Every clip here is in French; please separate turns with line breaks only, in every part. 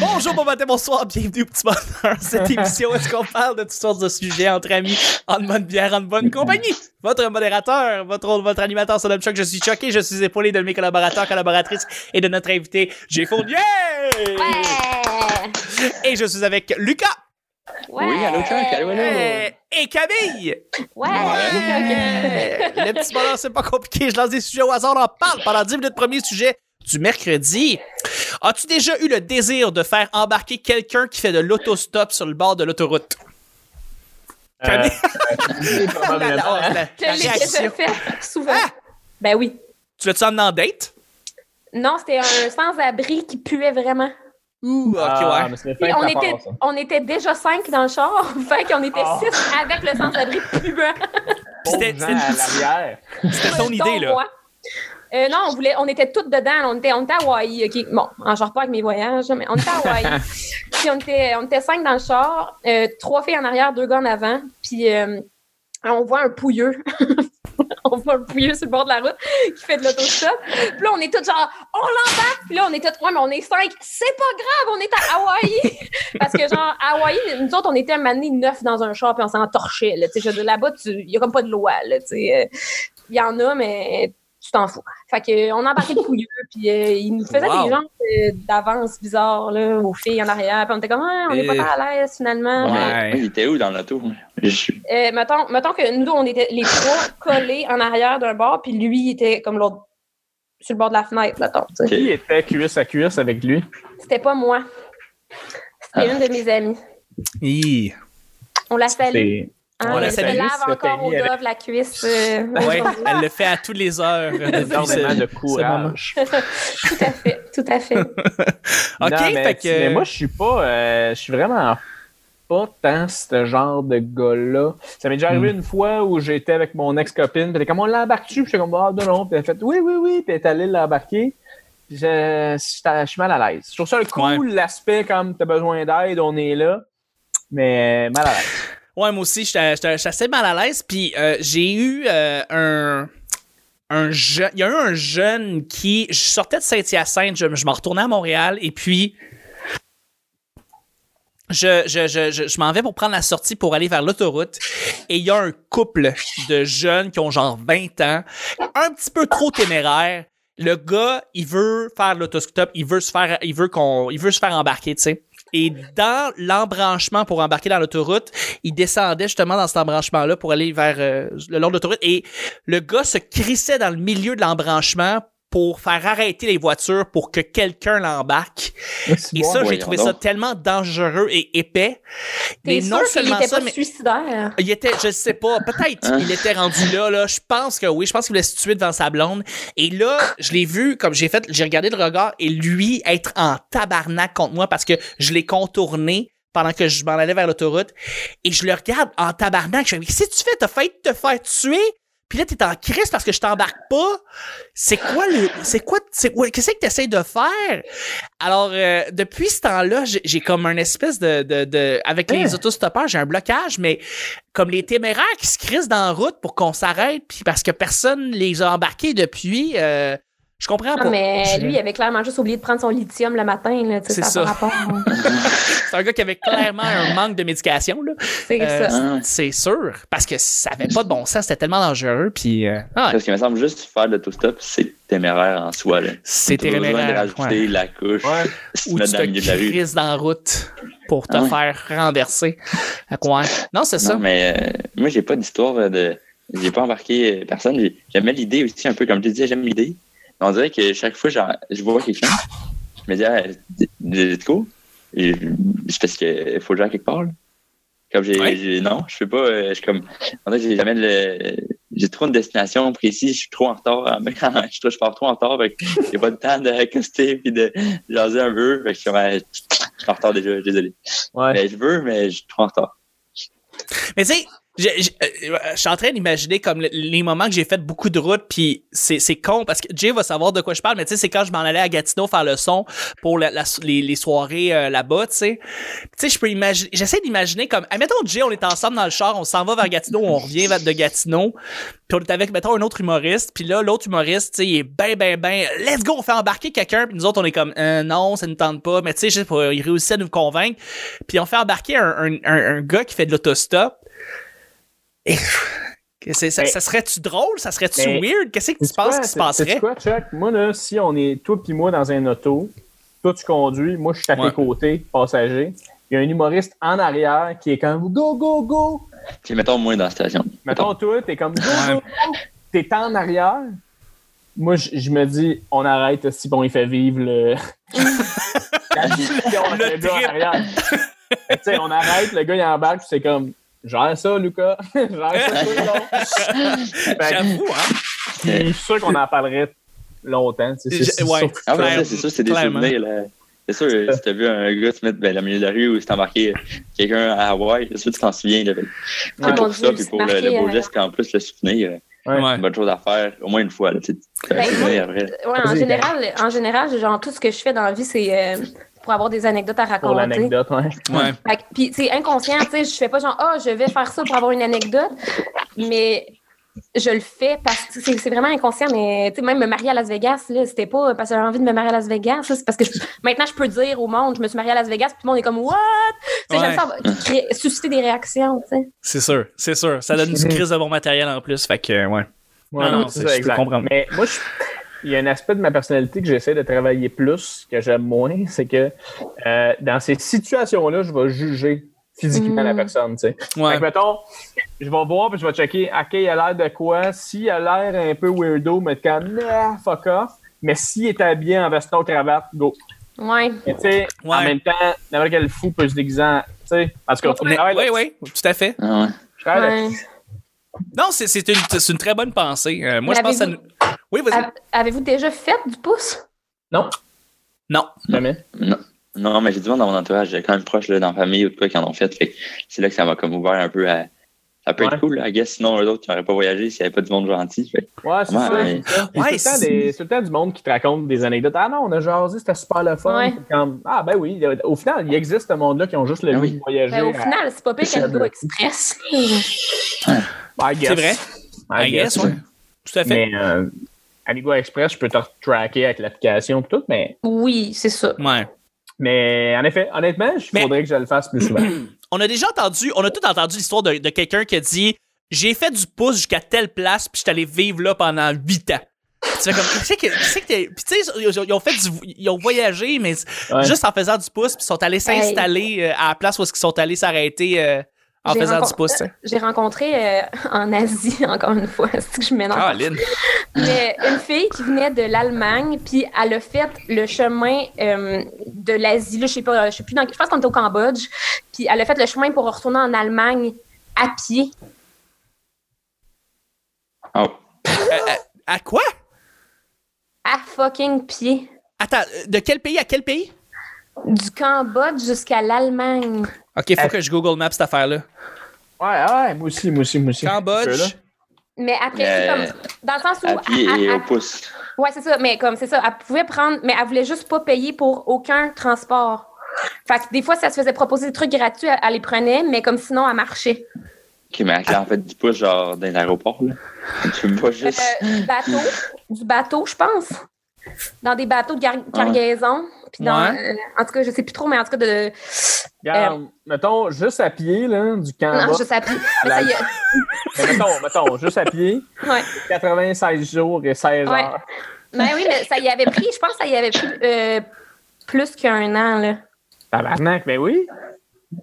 Bonjour, bon matin, bonsoir, bienvenue au Petit Bonheur. Cette émission, où est-ce qu'on parle de toutes sortes de sujets entre amis, en bonne bière, en bonne compagnie? Votre modérateur, votre rôle, votre animateur, Solom Chuck, je suis choqué, je suis épaulé de mes collaborateurs, collaboratrices et de notre invité, Jay Fournier!
Ouais!
Et je suis avec Lucas
Ouais!
Oui, allô, Chuck, allô, allô.
euh, et Camille!
Ouais!
Le petit bonheur, c'est pas compliqué. Je lance des sujets au hasard, on en parle pendant 10 minutes. Premier sujet du mercredi. As-tu déjà eu le désir de faire embarquer quelqu'un qui fait de l'autostop sur le bord de l'autoroute?
Euh,
La-
probablement.
la- la
Je l'ai
réaction.
déjà fait, souvent.
Ah!
Ben oui.
Tu l'as-tu emmené en date?
Non, c'était un sans-abri qui puait vraiment.
Ouh, ok,
Ah,
ouais.
mais c'est
Puis
fin
on,
de ta hein.
était,
part, ça.
on était déjà cinq dans le char, fait qu'on était
Ah.
six avec le sans-abri puant.
C'était-
Pauvre Jean à l'arrière.
C'était ton
Dont
idée, là.
moi. Euh, non, on, voulait, on était toutes dedans. là. On était, on était à Hawaï. ok. Bon, en genre pas avec mes voyages, mais on était à Hawaï. puis on était, on était cinq dans le char, euh, trois filles en arrière, deux gars en avant. Puis euh, on voit un pouilleux. on voit un pouilleux sur le bord de la route qui fait de l'autostop. Puis là, on est toutes genre, on l'embarque. Puis là, on est toutes, ouais, mais on est cinq. C'est pas grave, on est à Hawaï. Parce que, genre, à Hawaï, nous autres, on était un mané neuf dans un char, puis on s'en torchait. Là, Tu sais, je veux dire, là-bas, il y a comme pas de loi. Là, tu sais. Euh, il y en a, mais tu t'en fous. Fait que, on embarquait de pouilleux, puis euh, ils nous faisaient
Wow.
des gens euh, d'avance bizarres là, aux filles en arrière. Puis on était comme, ah, on n'est pas
Euh.
tant à l'aise finalement.
Ouais.
Il était où dans l'auto? Je-
Euh, mettons, mettons que nous, on était les trois collés en arrière d'un bord, puis lui, il était comme l'autre, sur le bord de la fenêtre, mettons. tu sais.
Ok.
Qui était cuisse à cuisse avec lui?
C'était pas moi. C'était une de mes amies.
Ah,
Hi.
On la salue.
C'est-
Hein,
on la
elle se
salue,
lave
cette
encore au
amie avec-
dove la cuisse. euh,
Ouais, elle le fait à toutes les heures. euh, depuis
énormément
ce-
de
moment.
courage.
tout à fait, tout à fait.
Ok,
Non, mais,
fait que.
mais moi, je suis pas. euh, je suis vraiment pas tant ce genre de gars-là. Ça m'est déjà arrivé une fois où j'étais avec mon ex-copine, puis elle est comme on l'embarque-tu? Puis j'étais comme ah non, non. Puis elle a fait oui, oui, oui. Puis elle est allée l'embarquer. Puis je, j'étais- je suis mal à l'aise. Je trouve ça le cool, l'aspect comme t'as besoin d'aide, on est là. Mais mal à l'aise.
Ouais, moi aussi, j'étais j'étais- j'étais assez mal à l'aise. Puis euh, j'ai eu euh, un. Un jeune, il y a eu un jeune qui, je sortais de Saint-Hyacinthe, je, je m'en retournais à Montréal, et puis je, je, je, je, je m'en vais pour prendre la sortie pour aller vers l'autoroute. Et il y a un couple de jeunes qui ont genre 20 ans, un petit peu trop téméraires. Le gars, il veut faire l'autostop, il veut se faire, il veut qu'on, il veut se faire embarquer, tu sais. Et dans l'embranchement pour embarquer dans l'autoroute, il descendait justement dans cet embranchement-là pour aller vers euh, le long de l'autoroute. Et le gars se crissait dans le milieu de l'embranchement pour faire arrêter les voitures pour que quelqu'un l'embarque. Et ça, j'ai
voyons
trouvé
donc.
ça tellement dangereux et épais.
T'es
Mais
sûr
non
qu'il
seulement
était
ça,
pas
mais
suicidaire?
il était, je sais pas, peut-être
Hein?
il était rendu là, là. Je pense que oui, je pense qu'il voulait se tuer devant sa blonde. Et là, je l'ai vu, comme j'ai fait, j'ai regardé le regard et lui être en tabarnak contre moi parce que je l'ai contourné pendant que je m'en allais vers l'autoroute. Et je le regarde en tabarnak. Je me dis, si tu fais, t'as failli te faire tuer. Puis là, t'es en crise parce que je t'embarque pas. C'est quoi le, c'est quoi, c'est, ouais, qu'est-ce que t'essayes de faire? Alors, euh, depuis ce temps-là, j'ai, j'ai comme un espèce de, de, de avec les
Hein?
autostoppeurs, j'ai un blocage, mais comme les téméraires qui se crissent dans la route pour qu'on s'arrête, puis parce que personne les a embarqués depuis, euh, je comprends pas.
Non, Ah, mais
Je-
lui, il avait clairement juste oublié de prendre son lithium le matin. Là, tu sais,
C'est
ça. a pas rapport. hein.
C'est un gars qui avait clairement un manque de médication, là.
C'est
Euh,
ça.
Ah,
C'est sûr, parce que ça avait pas de bon sens, c'était tellement dangereux, puis euh, ah,
Parce qu'il me semble juste faire l'autostop, c'est téméraire en soi. là.
c'est
T'as pas besoin de
téméraire.
rajouter
ouais.
la couche,
Ouais.
se
Ou tu
mettre dans le
te
milieu de la rue.
crises dans la route pour te
Ah ouais.
faire renverser. Fait que, ouais. Non, c'est ça.
Non, mais euh, moi, j'ai pas d'histoire euh, de. J'ai pas embarqué euh, personne. J'ai- J'aimais l'idée aussi, un peu comme tu disais, j'aime l'idée. Mais On dirait que chaque fois, j'en- je vois quelqu'un, je me dis, ah, let's go. Et je- C'est parce qu'il faut que j'aille quelque part. là. Comme j'ai.
Ouais.
j'ai- Non, je sais pas. euh, Je suis comme. On dirait que j'ai jamais le. J'ai trop une destination précise, je suis trop en retard. je, trouve- je pars trop en retard, fait que j'ai pas le temps de accoster puis de jaser un peu. Fait que je suis comme, ah, je suis en retard déjà, désolé. Ben,
Ouais.
Mais je veux, mais je suis trop en retard.
Mais tu sais, Je, je- euh, je suis en train d'imaginer comme le- les moments que j'ai fait beaucoup de route, puis c'est c'est con parce que Jay va savoir de quoi je parle, mais tu sais, c'est quand je m'en allais à Gatineau faire le son pour la- la- les, les soirées euh, là-bas, tu sais. Tu sais, je peux imaginer, j'essaie d'imaginer comme, admettons, Jay, on est ensemble dans le char, on s'en va vers Gatineau, on revient vers- de Gatineau, puis on est avec, mettons, un autre humoriste, puis là, l'autre humoriste, tu sais, il est ben, ben, ben, let's go, on fait embarquer quelqu'un, puis nous autres, on est comme, Euh, non, ça ne tente pas, mais tu sais, je sais pas, il réussit à nous convaincre, puis on fait embarquer un, un, un- un gars qui fait de l'autostop. Et- que c'est- ça,
Mais-
ça serait-tu drôle? Ça serait-tu
Mais-
weird? Qu'est-ce que tu penses qui se passerait?
Ben C'est quoi, Chuck? Moi, là, si on est toi puis moi dans un auto, toi tu conduis, moi je suis à
Ouais.
tes côtés, passager. Il y a un humoriste en arrière qui est comme go, go, go.
Puis mettons moins dans la station.
Mettons, toi, t'es comme go, go, go. T'es en arrière. Moi, je je me dis, on arrête si bon, il fait vivre le. la discussion entre
Le
le gars
trip.
en arrière. Fait que, tu sais, on arrête, le gars il embarque, puis c'est comme, gère ça, Lucas. gère ça, tout le long. Fait que-
J'avoue, hein?
Puis, je suis sûr qu'on en parlerait longtemps. tu sais, c'est-
Je-
c'est
ouais.
surtout-
Ah ouais,
Claire-
ça, c'est sûr, c'est des
clairement.
souvenirs. Là. C'est sûr, euh, si t'as vu un gars se mettre ben, dans le milieu de la rue ou si t'as embarqué quelqu'un à Hawaï, c'est sûr que tu t'en souviens. Là, Fait que,
Ouais.
c'est
Mon
pour
Dieu,
ça, puis
c'est
pour le, le
marqué,
beau
euh,
geste, en plus, le souvenir, euh,
Ouais.
c'est une bonne chose à faire au moins une fois. Là, tu sais, c'est un
Ben,
souvenir après.
Ouais, en
Vas-y.
général, en général, genre tout ce que je fais dans la vie, c'est euh, pour avoir des anecdotes à
Pour
raconter.
l'anecdote, ouais.
Ouais.
Fait que- Puis c'est inconscient, tu sais, je fais pas genre ah je vais faire ça pour avoir une anecdote, mais je le fais parce que c'est c'est vraiment inconscient. Mais tu sais même me marier à Las Vegas, là, c'était pas parce que j'avais envie de me marier à Las Vegas, là, c'est parce que je- maintenant je peux dire au monde je me suis mariée à Las Vegas, puis le monde est comme what, tu sais
Ouais.
j'aime ça cré- susciter des réactions, tu sais.
C'est sûr, c'est sûr. Ça donne du crise de bon matériel en plus, fait que, euh, ouais.
Ouais,
non,
c'est
c'est-
ça,
je peux
exact.
comprendre.
Mais moi, je- il y a un aspect de ma personnalité que j'essaie de travailler plus, que j'aime moins, c'est que euh, dans ces situations-là, je vais juger physiquement
Mm.
la personne, tu sais. Fait
Ouais.
que, mettons, je vais voir puis je vais checker, OK, il a l'air de quoi? S'il a l'air un peu weirdo, mais quand nah, fuck off. Mais s'il est habillé en veston cravate, go.
Ouais.
Mais tu sais, en
Ouais.
même temps, n'importe quel fou peut se déguiser en, tu sais, parce que
Oui, oui, oui, tout à fait.
Ah ouais.
je travaille là-dessus.
ouais.
Non, c'est c'est une, c'est une très bonne pensée. Euh, moi,
Mais
je pense que ça
avez-vous-
nous- Oui, vas-y.
Ah,
Av- Avez-vous déjà fait du pouce?
Non,
Non.
jamais.
Non. Non, mais j'ai du monde dans mon entourage, euh, quand même proche, là, dans la famille ou de quoi, qui en ont fait. fait que c'est là que ça m'a comme ouvert un peu à. Ça peut
Ouais.
être cool, là, I guess. Sinon, eux autres, ils n'auraient pas voyagé s'il n'y avait pas du monde gentil. Fait.
Ouais, c'est
Ouais,
ça.
mais-
c'est ça. Puis
Ouais,
c'est tout le temps
c'est-
des- c'est tout le temps du monde qui te raconte des anecdotes. Ah non, on a jasé, c'était super le fun.
Ouais.
Puis Comme, ah ben oui, euh, au final, il existe ce monde-là qui ont juste le
Ah
goût
oui.
de voyager.
Ben, au
à-
final, c'est pas pire
c'est
qu'un
ça,
go
le-
express.
I guess.
C'est vrai. Ah,
I, guess,
ouais. Tout à fait.
Ah, Mais euh, Amigo Express, je peux te tracker avec l'application et tout, mais,
oui, c'est ça.
Ouais.
mais en effet, honnêtement, il
Mais-
faudrait que je le fasse plus souvent.
On a déjà entendu, on a tout entendu l'histoire de, de quelqu'un qui a dit J'ai fait du pouce jusqu'à telle place, puis je suis allé vivre là pendant huit ans. Tu fais comme, qu'est-ce que, qu'est-ce que t'es- Puis tu sais, ils ont- ils ont fait du, ils ont voyagé, mais
Ouais.
juste en faisant du pouce, puis ils sont allés s'installer euh, à la place où est-ce qu'ils sont allés s'arrêter euh, en
J'ai
faisant du
rencontré-
pouce. tu sais.
J'ai rencontré euh, en Asie, encore une fois, c'est que je m'énerve.
Caroline.
Mais une fille qui venait de l'Allemagne, puis elle a fait le chemin euh, de l'Asie. Là, je sais pas, je sais plus dans- Je pense qu'on était au Cambodge. Puis elle a fait le chemin pour retourner en Allemagne à pied.
Oh.
À quoi
À fucking pied.
Attends, euh, de quel pays à quel pays
Du Cambodge jusqu'à l'Allemagne.
Ok,
Euh,
faut que je Google Maps cette affaire-là.
Ouais, ouais, moi aussi, moi aussi, moi aussi. Un peu, là.
Cambodge.
Mais après, c'est
Euh,
comme. Dans le sens où.
À pied
à-
et
à-
au pouce.
Ouais, c'est ça. Mais comme c'est ça, elle pouvait prendre, mais elle voulait juste pas payer pour aucun transport. Fait que des fois, ça se faisait proposer des trucs gratuits, elle, elle les prenait, mais comme sinon, elle marchait.
Ok, mais elle en fait du pouce, genre, dans l'aéroport, là. Tu me vois
Euh,
juste.
du bateau, du bateau, je pense. Dans des bateaux de gar- cargaison. Puis dans, euh, en tout cas, je sais plus trop, mais en tout cas, de.
Regarde, mettons, juste à pied, là, du
Euh. Non,
Cambodge.
je sais plus. Mais ça y est.
Mais mettons, mettons, juste à pied,
Ouais.
96 jours et 16
Ouais.
heures.
Ben oui, mais ça y avait pris, je pense que ça y avait pris euh, plus qu'un an, là.
Tabarnak, mais oui.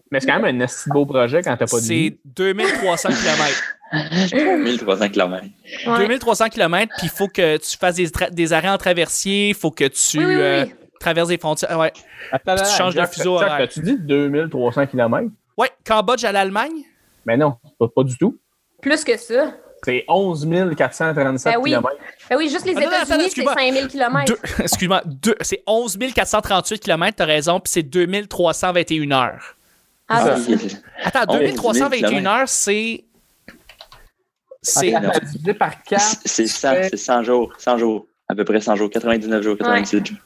Mais c'est quand même un assez beau projet quand t'as pas de vie.
C'est 2300 km.
1300 km.
Ouais.
2300 km, puis il faut que tu fasses des, tra- des arrêts en traversier, il faut que tu
Oui, oui, oui.
euh, traverses des frontières. Ouais,
Attends,
tu
attends,
changes de
Jacques,
fuseau
Jacques,
horaire.
T'as-tu dit 2300 km?
ouais Cambodge à l'Allemagne?
Mais non, pas, pas du tout.
Plus que ça.
C'est 11 437
Ben oui.
km.
Ben oui, juste les
Attends, attends,
États-Unis, c'est
excuse-moi.
5000 km.
Deux- Excuse-moi, deux- c'est 11 438 km, t'as raison, puis c'est 2321 heures.
Ah,
Ah,
ben,
ok.
Attends,
11 000
2321
kilomètres.
heures, c'est C'est
non.
Divisé par 4.
C'est 100, c'est 100 jours, 100 jours, à peu près 100 jours, 99 jours, 98 jours.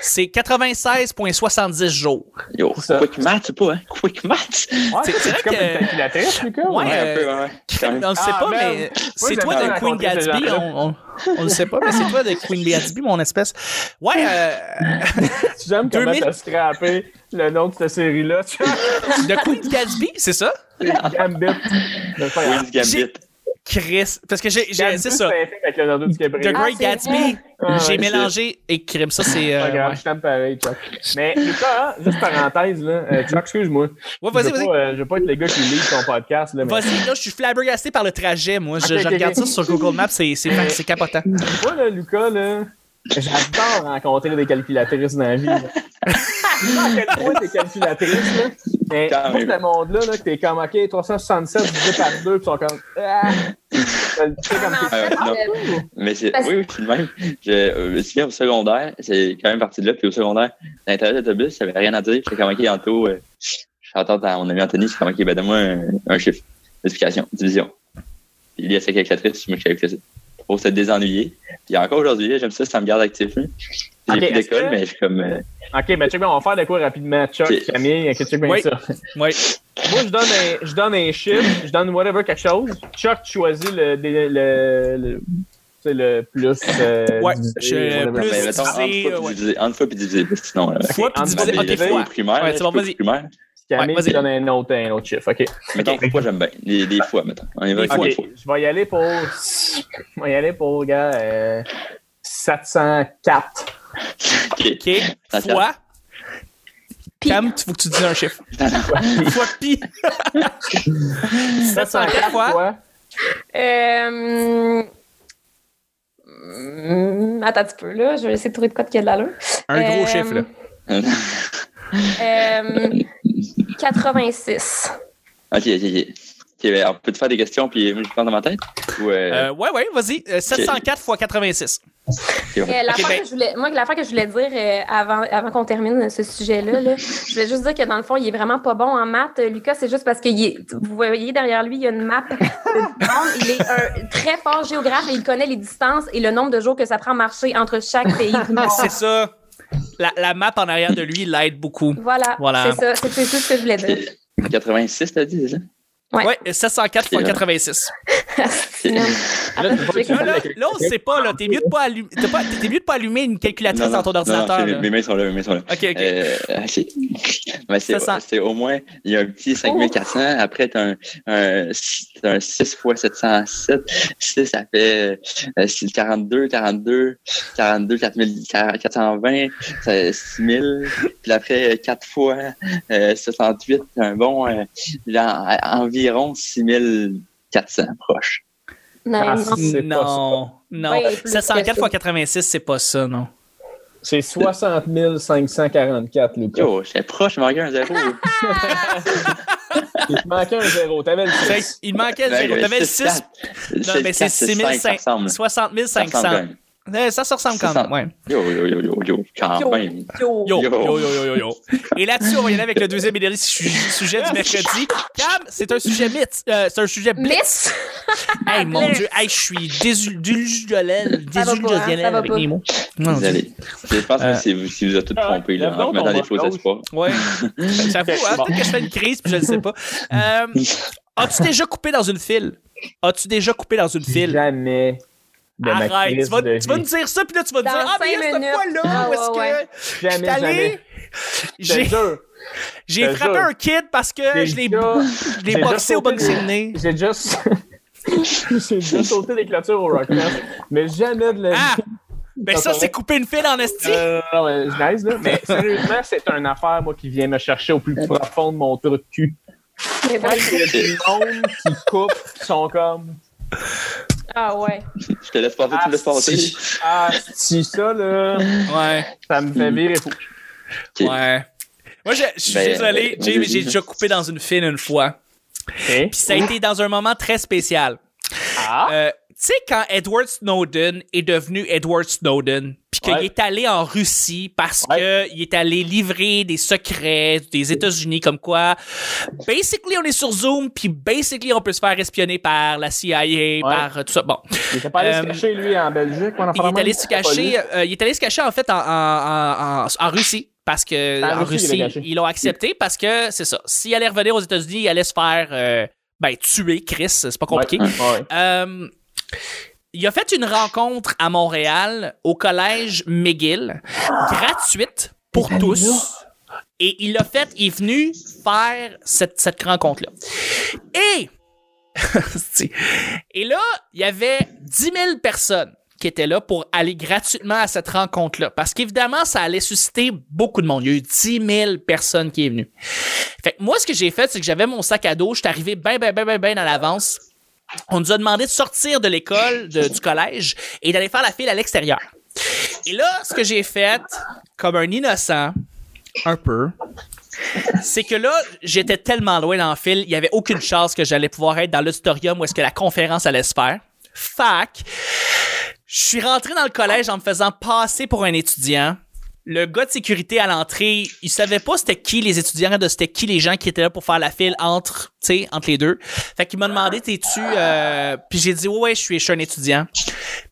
c'est 96,70 jours.
Yo,
C'est ça.
quick math ou pas, hein? Quick math?
Ouais,
c'est- c'est
c'est comme
vrai que-
une calculatrice, Lucas.
Ouais,
ou-
euh,
ouais.
On ne sait
Ah,
pas,
merde.
mais
Moi,
c'est
j'aime
toi
bien
de Queen
raconter ces
Gatsby.
gens-là.
On on ne sait pas, mais c'est toi de Queen Gatsby, mon espèce. Ouais, euh,
J'aime comment
2000.
t'as scrappé le nom de cette série-là. Tu vois,
de Queen Gatsby, c'est ça?
Gambit. C'est pas grave.
Queen's Gambit.
Chris. Parce que j'ai. j'ai-
Gambit,
C'est ça.
un film avec Leonardo DiCaprio.
The Great
c'est
Gatsby,
vrai.
Ah,
j'ai
ouais, Ah,
mélangé et crime. Ça, c'est. euh,
Pas grave,
ouais.
je t'aime pareil, Chuck. Mais Lucas, hein, juste parenthèse, là, euh, Chuck, excuse-moi.
Ouais, Oh, vas-y,
je, veux
vas-y.
pas, euh, je veux pas être le gars qui lit ton podcast. Là, mais
Vas-y, là, je suis flabbergasté par le trajet, moi. Je,
Ok,
je
ok,
regarde ça
ok.
sur Google Maps, c'est c'est- c'est capotant.
Moi, là, Lucas, là, j'adore rencontrer des calculatrices dans la vie. là. Je sais pas à quel point t'es calculatrice, là. Mais
Quand
tout
même.
le monde-là, là, que t'es comme, OK, 367 divisé par 2, puis ils sont comme, ah! Tu sais,
Mais
comme
en fait,
non.
euh,
Mais c'est,
Parce-
oui, oui, c'est le même. Je, euh, je me souviens au secondaire, c'est quand même parti de là. Puis au secondaire, dans l'intérieur de l'autobus, ça avait rien à dire. J'étais comme, OK, Anto, euh, j'entends ta- mon ami Anthony, c'est comme, OK, ben donne-moi un, un chiffre. Multiplication, division. Puis il y a ça avec la trice, moi, je suis avec ça. Pour se désennuyer. Puis encore aujourd'hui, là, j'aime ça, ça me garde actif. là. J'ai
Ok,
plus
est-ce
d'école,
que-
mais je suis comme, euh,
OK, mais check bien, on va faire de quoi rapidement, Chuck,
Ok.
Camille, que check bien
Oui.
ça.
Ouais.
Moi, je donne, un, je donne un chiffre, je donne whatever, quelque chose. Chuck, tu choisis le, le, le, le, tu sais, le plus. euh,
Ouais,
divisé,
je-
whatever.
plus-
ben, mettons, entre fois
diviser,
puis
ouais.
diviser, entre fois puis diviser. Sinon, euh, là.
Fois puis
entre
diviser.
divisé,
Ok,
divisé,
fois.
au primaire,
Ouais,
là,
c'est bon,
je peux au
vas-y.
primaire.
Camille,
Ouais,
tu
vas-y.
donnes un autre, un autre chiffre. OK.
Mettons,
Ok.
fois, j'aime bien. Des, des fois, mettons. On y va avec
Ok,
des fois.
je vais y aller pour. Je vais y aller pour, gars, euh, 704.
OK.
OK. Fois. Cam, tu faut que tu dises un chiffre. Fois pi. 704 fois.
quoi?
euh, hum, attends un petit peu, là. Je vais essayer de trouver de quoi de qu'il y a de l'allure.
Un gros chiffre, là.
Euh, 86.
Ok, ok, ok. Ok, ben, on peut te faire des questions, puis moi, je prends dans ma tête? Ou, euh,
Euh, ouais, ouais, vas-y. Euh, 704 fois 86.
ok,
Euh,
ouais.
l'affaire
ben-
que je voulais, moi, l'affaire que je voulais dire euh, avant, avant qu'on termine ce sujet-là, là, je voulais juste dire que dans le fond, il est vraiment pas bon en maths. Euh, Lucas, c'est juste parce que il est- vous voyez derrière lui, il y a une map. du monde. il est un très fort géographe et il connaît les distances et le nombre de jours que ça prend à marcher entre chaque pays du monde.
C'est ça. La, la map en arrière de lui l'aide beaucoup.
Voilà,
Voilà.
c'est ça. C'est c'est tout ce que je voulais dire.
Ok. 86, t'as dit, c'est ça?
Ouais.
Ouais, euh, 704 fois 86.
Sinon, après,
tu vois
j'ai-
que
Là, là, là, on sait pas, là. T'es mieux de pas allumer, t'es pas- t'es mieux de pas allumer une calculatrice dans ton ordinateur,
non, c'est-
là.
mes mains sont là, mes mains sont là.
Ok, ok.
Euh, ok. Mais c'est,
Ça sent-
c'est au moins, il y a un petit 5400, après t'as un, un, t'as un 6 x 707, 6 ça fait euh, c'est 42, 42, 42, 4000, 420, ça- 6000, puis après 4 fois euh, 68, c'est un bon euh, là, en- environ 6400 proches.
Ah,
non,
c'est- pas
Non, non.
Ouais, plus
704
que
fois
ça.
86, c'est pas ça, non.
C'est 60 544, Lucas.
Yo, j'étais proche, il manquait un zéro.
Il te manquait un zéro. T'avais le
Fait
6.
qu'il manquait le zéro. T'avais 6. Non, mais Ben, c'est 6500. 60 500. Eh, Ça se ressemble quand même, ouais.
Yo, yo, yo, yo, yo, quand
Yo.
même.
yo.
Yo,
Yo.
yo, yo, yo, yo, yo. Et là-dessus, on va y aller avec le deuxième et dernier su- sujet du mercredi. Cam, c'est un sujet mythe. euh, c'est un sujet blitz.
Bliss!
Hey, mon
blitz.
Dieu. Hey, je suis désul- délusionnel.
Ça va pas, hein,
Délusionnel
ça va
avec
pas.
les mots. Non, Dieu.
Désolé. Je pense
Euh,
que c'est vous, si vous a tout trompé,
Ah,
là, en
donc,
mettant
on
des
va
faux
gauche.
espoirs.
Ouais. J'avoue, hein, peut-être que je fais une crise puis je ne sais pas. Euh, As-tu déjà coupé dans une file? As-tu déjà coupé dans une file?
Jamais. De ma
Arrête, tu
crise
vas,
de
tu vas
vie.
nous dire ça, puis là, tu vas
Dans
dire, ah, mais
cinq
il y a cette
minutes.
fois-là,
Ah,
où est-ce
ouais, ouais.
que je suis
Jamais,
allé?
jamais. Je te
J'ai-
jure.
J'ai
Je
frappé
jure.
un kid parce que
J'ai
je l'ai
déjà-
je l'ai
j'ai
boxé
déjà
au boxing
sauté
de nez.
J'ai déjà... J'ai déjà sauté des clôtures au Rockland, mais jamais de la
Ah!
vie.
Ben ça, c'est couper une file en esti.
Euh, non, euh, je niaise, là, mais sérieusement, c'est une affaire, moi, qui vient me chercher au plus profond de mon trou de cul.
Mais
Quand
voilà.
il y a du monde qui coupe, qui sont comme Ah,
Ah ouais.
Je te laisse passer, tu me laisses passer.
si. Ah, si ça, là,
Ouais,
ça me fait virer fou.
Ok.
ouais. Moi, je, je suis
Ben,
désolé,
euh,
j'ai
vas-y.
j'ai déjà coupé dans une file une fois.
Ok.
Puis ça a été dans un moment très spécial.
Ah,
Euh, tu sais, quand Edward Snowden est devenu Edward Snowden, puis qu'il
Ouais.
est allé en Russie parce que il est allé livrer des secrets des États-Unis, comme quoi, basically, on est sur Zoom, puis basically, on peut se faire espionner par la CIA, par euh, tout ça. Bon.
Il était pas allé
Euh,
se cacher, lui, en Belgique. On en
Il est allé se cacher, euh, il est allé se cacher en fait en, en- en- en- en Russie. Parce que
En
en
Ah, Russie, il
Russie,
est caché.
ils l'ont accepté parce que c'est ça. S'il allait revenir aux États-Unis, il allait se faire euh, ben, tuer Chris, c'est pas compliqué.
Ouais.
Euh, il a fait une rencontre à Montréal au collège McGill, gratuite pour tous. Et il l'a fait, il est venu faire cette, cette rencontre-là. Et, Sti. et là, il y avait 10 000 personnes qui étaient là pour aller gratuitement à cette rencontre-là. Parce qu'évidemment, ça allait susciter beaucoup de monde. Il y a eu 10 000 personnes qui est venues. Fait que moi, ce que j'ai fait, c'est que j'avais mon sac à dos. Je suis arrivé ben, bien, bien, bien, bien, bien à l'avance. On nous a demandé de sortir de l'école, de- du collège, et d'aller faire la file à l'extérieur. Et là, ce que j'ai fait, comme un innocent, un peu, c'est que là, j'étais tellement loin dans le fil, il n'y avait aucune chance que j'allais pouvoir être dans l'auditorium où est-ce que la conférence allait se faire. Fac, je suis rentré dans le collège en me faisant passer pour un étudiant. Le gars de sécurité à l'entrée, il savait pas c'était qui les étudiants, de c'était qui les gens qui étaient là pour faire la file entre, tu sais, entre les deux. Fait qu'il m'a demandé t'es-tu euh, puis j'ai dit ouais, ouais, je suis je suis un étudiant.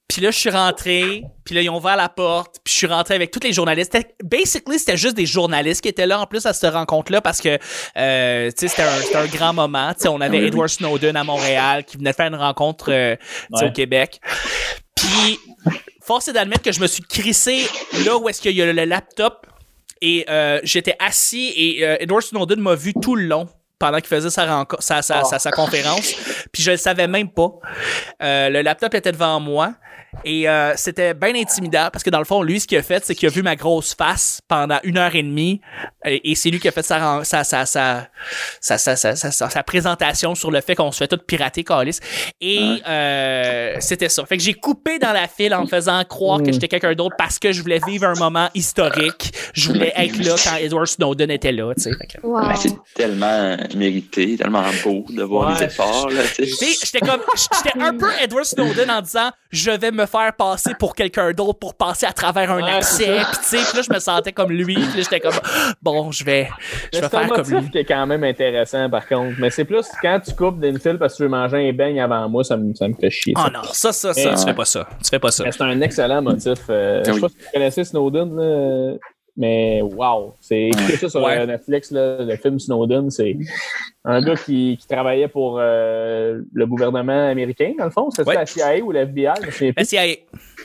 Puis là je suis rentré, puis là ils ont ouvert la porte, puis je suis rentré avec tous les journalistes. C'était- Basically, c'était juste des journalistes qui étaient là en plus à cette rencontre là parce que euh, tu sais c'était un, c'était un grand moment, tu sais on avait Edward Snowden à Montréal qui venait de faire une rencontre euh, tu sais, au
Ouais.
Québec. Puis force est d'admettre que je me suis crissé là où est-ce qu'il y a le laptop et euh, j'étais assis et euh, Edward Snowden m'a vu tout le long pendant qu'il faisait sa, renco- sa, sa, sa, sa conférence. Puis je le savais même pas. Euh, le laptop était devant moi. Et euh, c'était bien intimidant parce que dans le fond, lui, ce qu'il a fait, c'est qu'il a vu ma grosse face pendant une heure et demie. Et, et c'est lui qui a fait sa, ren- sa, sa, sa, sa, sa, sa, sa- sa- sa présentation sur le fait qu'on se fait tout pirater, Calis. Et euh, c'était ça. Fait que j'ai coupé dans la file en me faisant croire que j'étais quelqu'un d'autre parce que je voulais vivre un moment historique. Je voulais être là quand Edward Snowden était là, tu sais. Fait que-
Wow.
Ben, c'est tellement mérité, tellement beau de voir
Ouais.
les efforts. Là, tu
Tu
sais.
sais, J'étais comme, j'étais un peu Edward Snowden en disant, je vais me faire passer pour quelqu'un d'autre pour passer à travers un
Ouais,
accès.
c'est
Puis tu sais, puis là, je me sentais comme lui. Puis là, j'étais comme, bon, je vais, je
Mais
vais
C'est un
faire comme lui.
motif qui est quand même intéressant, par contre. Mais c'est plus quand tu coupes d'une file parce que tu veux manger un beigne avant moi, ça me, ça me fait chier. ça.
Oh non, ça, ça, ça,
Eh,
tu
ouais.
fais pas ça. Tu fais pas ça.
Mais Ben, c'est un excellent motif. Euh, Je sais
Oui.
pas si vous connaissez Snowden, là, mais wow! C'est écrit ça sur
Ouais.
euh, Netflix, là, le film Snowden. C'est un gars qui, qui travaillait pour euh, le gouvernement américain, dans le fond. C'était
Ouais.
la CIA ou la FBI, je me souviens
La
plus.
CIA.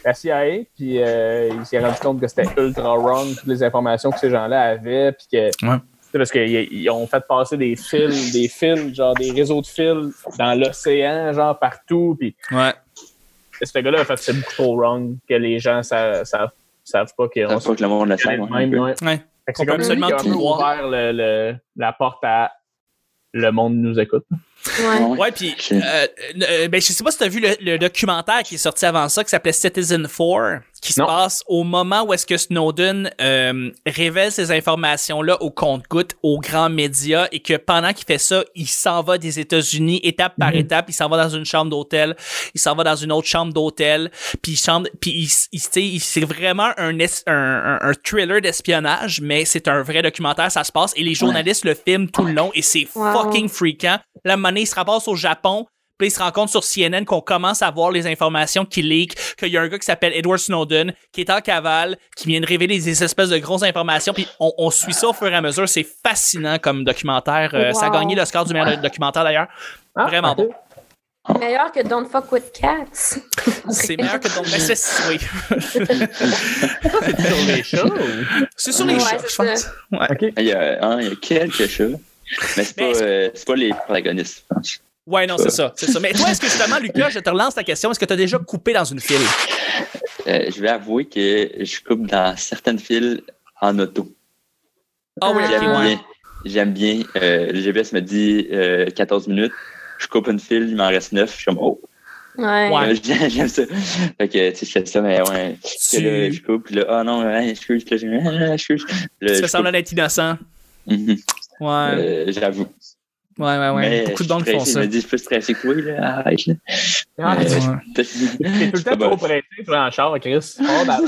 La CIA, puis euh, il s'est rendu compte que c'était ultra wrong, toutes les informations que ces gens-là avaient, puis que...
Ouais.
C'est Parce qu'ils ont fait passer des fils, des fils, genre des réseaux de fils dans l'océan, genre partout, puis
Ouais.
et ce gars-là a fait c'est beaucoup trop wrong que les gens savent, savent, savent pas
Je
qu'on
pense pas que le monde le
se connaît
sait.
de
moi, un
même.
peu.
ouais.
Ouais.
Fait que
On
C'est
peut
comme
absolument
absolument
tout voir.
ouvert le, le- la porte à le monde nous écoute.
Ouais.
Ouais, puis
Ok.
euh, euh, ben, je sais pas si t'as vu le, le documentaire qui est sorti avant ça qui s'appelait Citizen 4 qui se
Non.
passe au moment où est-ce que Snowden euh, révèle ces informations-là au compte-gouttes, aux grands médias et que pendant qu'il fait ça, il s'en va des États-Unis étape par étape, il s'en va dans une chambre d'hôtel, il s'en va dans une autre chambre d'hôtel, puis il chambre puis il, s- il, tu sais, il- c'est vraiment un, es- un, un, un thriller d'espionnage mais c'est un vrai documentaire, ça se passe et les journalistes le filment tout le long et c'est
Wow.
fucking freakant. La monnaie, il se ramasse au Japon. Puis il se rend compte sur CNN qu'on commence à voir les informations qui leak, qu'il y a un gars qui s'appelle Edward Snowden, qui est en cavale, qui vient de révéler des espèces de grosses informations. Puis on, on suit ça au fur et à mesure. C'est fascinant comme documentaire. Euh, Ça a
Wow.
gagné le score du meilleur documentaire d'ailleurs.
Ah,
Vraiment
ok.
bon.
Meilleur que Don't Fuck With Cats.
C'est meilleur que ton Mais c'est- oui.
Sur les chats, ou-
C'est sur les
Ouais,
chats,
c'est
je pense. Ouais.
Ok.
Il y, a, hein, il y a quelques chats, mais c'est pas,
Mais c'est-
euh, c'est pas les protagonistes, je pense.
Ouais, non, c'est ça. C'est ça. Mais toi, est-ce que justement, Lucas, je te relance la question, est-ce que tu as déjà coupé dans une file?
Euh, je vais avouer que je coupe dans certaines files en auto.
Ah oui,
J'aime
ok,
Ah.
ouais.
bien. J'aime bien. Euh, le GPS me dit euh, 14 minutes. Je coupe une file, il m'en reste 9. Je suis comme, oh,
Ouais.
Ouais.
Euh, j'aime j'aime ça. Fait que, tu sais, je fais ça, mais ouais.
Tu-
Que là, je coupe, puis là, ah non, hein, excuse, puis là, je- ah, excuse. Là,
Tu
je
fais
coupe.
semblant d'être innocent.
Mhm.
Ouais.
Euh, J'avoue.
Ouais, Ah ouais, ouais.
Mais
Beaucoup de
je suis
banques font
pressé,
ça.
Il me dit, je suis plus stressé que toi, là. Arrête, là.
Ah,
Ouais.
tu-
Ouais.
T'es tout le temps trop pressé, Blanchard, Chris. Oh, bah,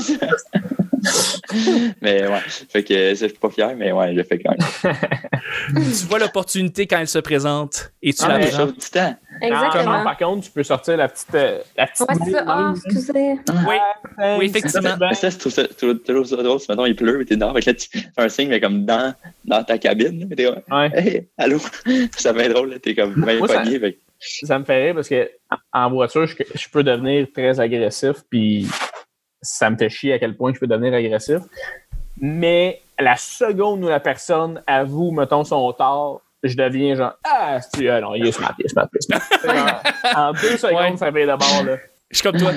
mais ouais, fait que ça, je suis pas fier, mais ouais, je le fais quand
Ah,
même.
tu vois l'opportunité quand elle se présente et tu
Ah,
la
mais je
prends.
sauve du temps.
Ah,
Exactement.
par contre, tu peux sortir la petite. euh, la petite
Ouais, c'est ça. Ah,
boule.
excusez.
Oui,
Ah,
Oui, effectivement.
ben,
Mais ça, je trouve ça toujours, toujours ça drôle. Si, mettons, il pleut, mais t'es dehors. Fait que là, tu fais un signe, mais comme dans, dans ta cabine. Mais t'es comme,
Ouais.
hey, allô? Ça fait drôle, là. T'es comme, ben
Moi, ça-
pogné. Fait que
Ça me fait rire parce que en- en voiture, je, je peux devenir très agressif, puis ça me fait chier à quel point je peux devenir agressif. Mais la seconde où la personne avoue, mettons, son tort, je deviens genre Ah, c'est ah non, il est smart, il est smart, il est smart. C'est genre, en deux secondes,
Ouais.
ça fait d'abord là.
Je suis comme toi.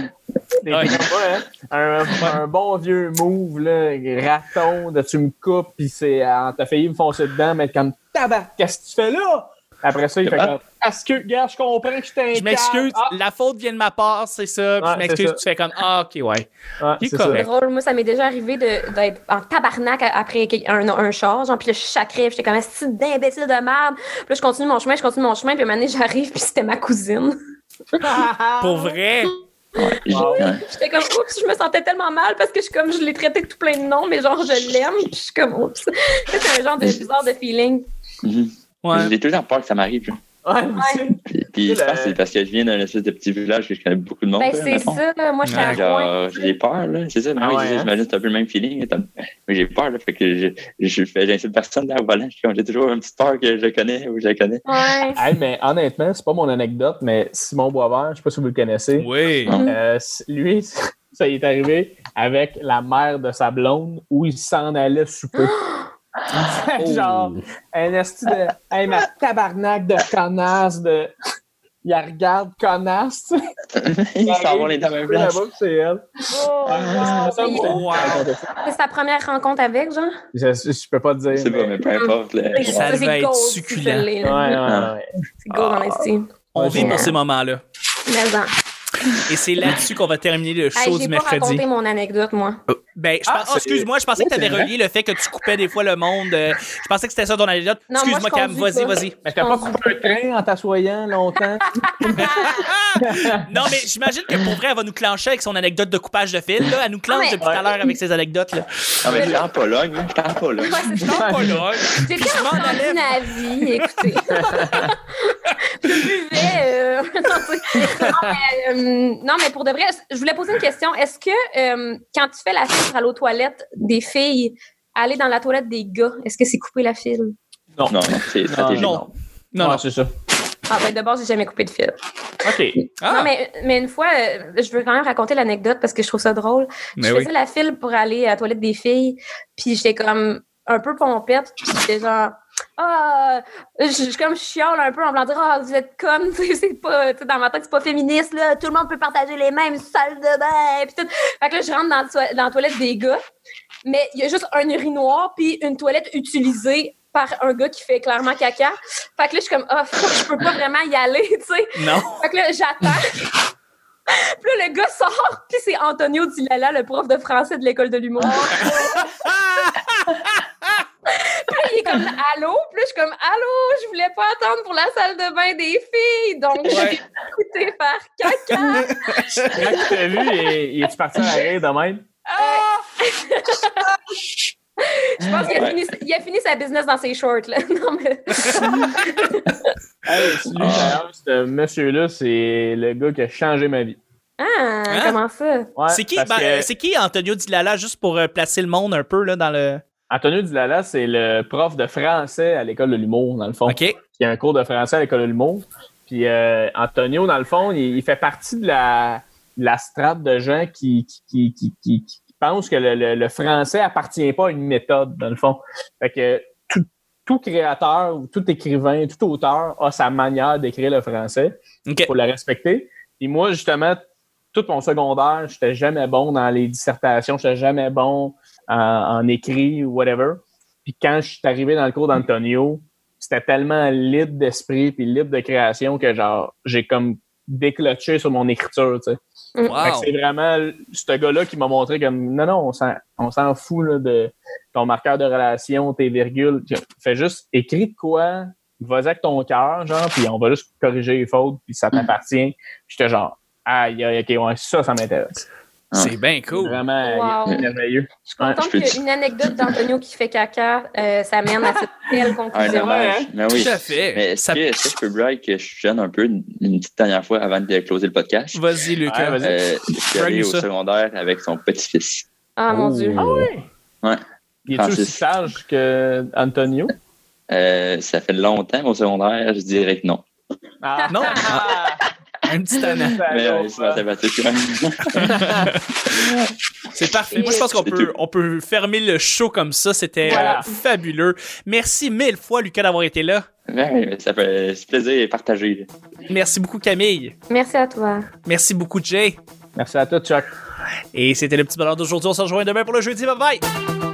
Des
Ouais.
trucs comme ça, hein. un, un bon vieux move, là, raton, de tu me coupes, pis c'est, ah, t'as failli me foncer dedans, mais comme tabac, qu'est-ce que tu fais là? Après ça, il fait
Ah.
comme, est-ce que, gars, je comprends que je t'inquiète. Ah.
Je m'excuse,
Ah.
la faute vient de ma part, c'est ça. Puis
Ouais,
je m'excuse,
c'est ça.
tu fais comme Ah, ok, ouais. il est correct.
Drôle, moi, ça m'est déjà arrivé de- d'être en tabarnak a- après un, un char, genre, puis là, je chacrais, puis j'étais comme un style d'imbécile de merde. Puis là, je continue mon chemin, je continue mon chemin, puis à un moment donné, j'arrive, puis c'était ma cousine. Ah.
Pour vrai.
Ah.
j'ai- ouais.
J'étais comme, oups, je me sentais tellement mal parce que je, suis comme, je l'ai traité de tout plein de noms, mais genre, je l'aime, puis je suis comme, oups. Ça, C'est un genre de bizarre de feeling.
Mhm.
Ouais.
J'ai toujours peur que ça m'arrive. genre.
Ouais, moi aussi.
Puis je
Le-
pense que c'est parce que je viens d'un espèce de petit village que je connais beaucoup de monde.
Ben,
là,
c'est
mettons.
ça, moi, je suis
Ouais,
à coin.
Genre, euh, j'ai peur, là. C'est ça, mais
Ah
oui,
ouais,
c'est ça,
hein?
j'imagine que c'est un peu le même feeling. là, t'as- Mais j'ai peur, là. Fait que je, je fais, j'insulte personne là au volant. Je suis comme, J'ai toujours une petite peur que je connais ou je la connais.
Ouais.
Hey, mais honnêtement, c'est pas mon anecdote, mais Simon Boisvert, je sais pas si vous le connaissez.
Oui.
Euh, c- lui, ça y est arrivé avec la mère de sa blonde où il s'en allait souper. Genre, un esti de. Hey, ma tabarnak de connasse de. Il la regarde connasse.
Ils s'en vont les dans la même place.
Là-bas, c'est elle.
Oh, wow.
Ça, moi,
Wow.
C'est sa première rencontre avec, genre?
Je, je peux pas te dire.
Je sais pas,
mais-
mais peu importe. là. Ouais.
Ça
c'est
devait être
gold,
succulent.
c'est
Ouais,
celle-là.
Ah.
ouais, ouais.
C'est gold, en esti.
On vit pour ces moments-là.
Mais non.
Et c'est là-dessus qu'on va terminer le
Hey,
show du
j'ai pas
mercredi.
raconté mon anecdote, moi.
Ben, je
Ah,
pense- oh, excuse-moi, je pensais
Oui,
que t'avais
c'est vrai.
relié le fait que tu coupais des fois le monde. euh, Je pensais que c'était ça ton anecdote.
Non,
Excuse-moi,
moi, je
Cam,
conduis
vas-y,
pas.
vas-y.
Mais t'as pas coupé un train en t'assoyant longtemps?
Non, mais j'imagine que pour vrai, elle va nous clencher avec son anecdote de coupage de fil. Là. Elle nous clenche
Ah, mais-
depuis tout à l'heure avec ses anecdotes. Là.
Non, mais je suis en Pologne, là. Je suis en Pologne.
Ouais, c'est
Non,
ça.
pas là.
J'étais
je m'en
en
allais.
Scandinavie, écoutez. je buvais. euh, non, mais, euh, non, mais pour de vrai, je voulais poser une question. Est-ce que euh, quand tu fais la fibre à l'eau toilette des filles, aller dans la toilette des gars, est-ce que c'est couper la file?
Non, non, c'est
Ah,
stratégique.
Non. Non,
Ouais,
non.
c'est ça.
Ah ben d'abord, j'ai jamais coupé de fil.
OK.
Ah,
Non, mais, mais une fois, euh, je veux quand même raconter l'anecdote parce que je trouve ça drôle.
mais
je
oui.
faisais la file pour aller à la toilette des filles, puis j'étais comme un peu pompette, puis j'étais genre ah je, je- comme je chiale un peu en voulant dire ah vous êtes connes, tu sais, c'est pas tu sais, dans ma tête c'est pas féministe là, tout le monde peut partager les mêmes salles de bain puis tout. Fait que là je rentre dans, le toi- dans la toilette des gars, mais il y a juste un urinoir puis une toilette utilisée par un gars qui fait clairement caca. Fait que là je suis comme ah fuck, je peux pas vraiment y aller, tu sais.
Non.
Fait que là, j'attends. Puis là, le gars sort, puis c'est Antonio Dilala, le prof de français de l'école de l'humour. puis là, il est comme allô, puis là, je suis comme allô, je voulais pas attendre pour la salle de bain des filles, donc
Ouais.
j'ai écouté faire caca.
Quand tu t'as vu, il- il est parti à rire de même?
Je pense qu'il a,
Ouais.
fini, il a fini sa business dans ses shorts là. Non mais
Ah.
Hey, lui, d'ailleurs, ce monsieur-là, c'est le gars qui a changé ma vie.
ah,
Hein?
comment ça
Ouais,
c'est qui,
parce
ben,
que
euh, c'est qui Antonio Dilala, juste pour euh, placer le monde un peu là, dans le.
Antonio Dilala, c'est le prof de français à l'école de l'humour, dans le fond.
OK.
Il y a un cours de français à l'école de l'humour. Puis euh, Antonio, dans le fond, il, il fait partie de la, de la strate de gens qui, qui, qui, qui, qui- qui pensent que le, le- le français appartient pas à une méthode, dans le fond. Fait que tout, tout créateur, ou tout écrivain, tout auteur a sa manière d'écrire le français.
OK.
faut la respecter. Et moi, justement, tout mon secondaire, j'étais jamais bon dans les dissertations, j'étais jamais bon en, en écrit ou whatever. Puis quand je suis arrivé dans le cours d'Antonio, c'était tellement libre d'esprit puis libre de création que genre j'ai comme déclenché sur mon écriture, tu sais. Fait que
Wow.
C'est vraiment l- ce gars-là qui m'a montré comme non, non, on s'en- on s'en fout là, de ton marqueur de relation, tes virgules. Fais juste écris de quoi vas-y avec ton cœur, genre, puis on va juste corriger les fautes, puis ça t'appartient. Puis j'étais genre, aïe, aïe, ok, ouais, ça, ça m'intéresse.
C'est bien
C'est
cool.
Ah. Vraiment
Wow.
merveilleux.
Je suis contente
je peux-
qu'une anecdote d'Antonio qui fait caca, euh, ça mène à cette belle
Un
conclusion.
hommage.
hein?
Ah, Mais oui.
Tout à fait.
Mais est-ce
Ça-
que, est-ce que je peux brag que je suis jeune un peu une, une petite dernière fois avant de closer le podcast?
Vas-y, Lucas.
Ouais, vas-y.
Euh, je suis allé
Brague-nous
au
ça.
secondaire avec son petit-fils.
Ah mon Dieu.
Ah ouais?
Ouais.
Il est-tu
Francis.
aussi sage que Antonio?
Euh, ça fait longtemps, mais au secondaire, je dirais que non.
Ah.
Non. Un petit anneau.
Mais euh,
Allons,
je m'en
ça.
sais pas tout.
C'est parfait. Moi, je pense qu'on peut, on peut fermer le show comme ça. C'était
Voilà.
euh, fabuleux. Merci mille fois, Lucas, d'avoir été là.
Ouais, mais ça fait c'est plaisir de partager.
Merci beaucoup, Camille.
Merci à toi.
Merci beaucoup, Jay.
Merci à toi, Chuck.
Et c'était le petit bonheur d'aujourd'hui. On se rejoint demain pour le jeudi. Bye bye.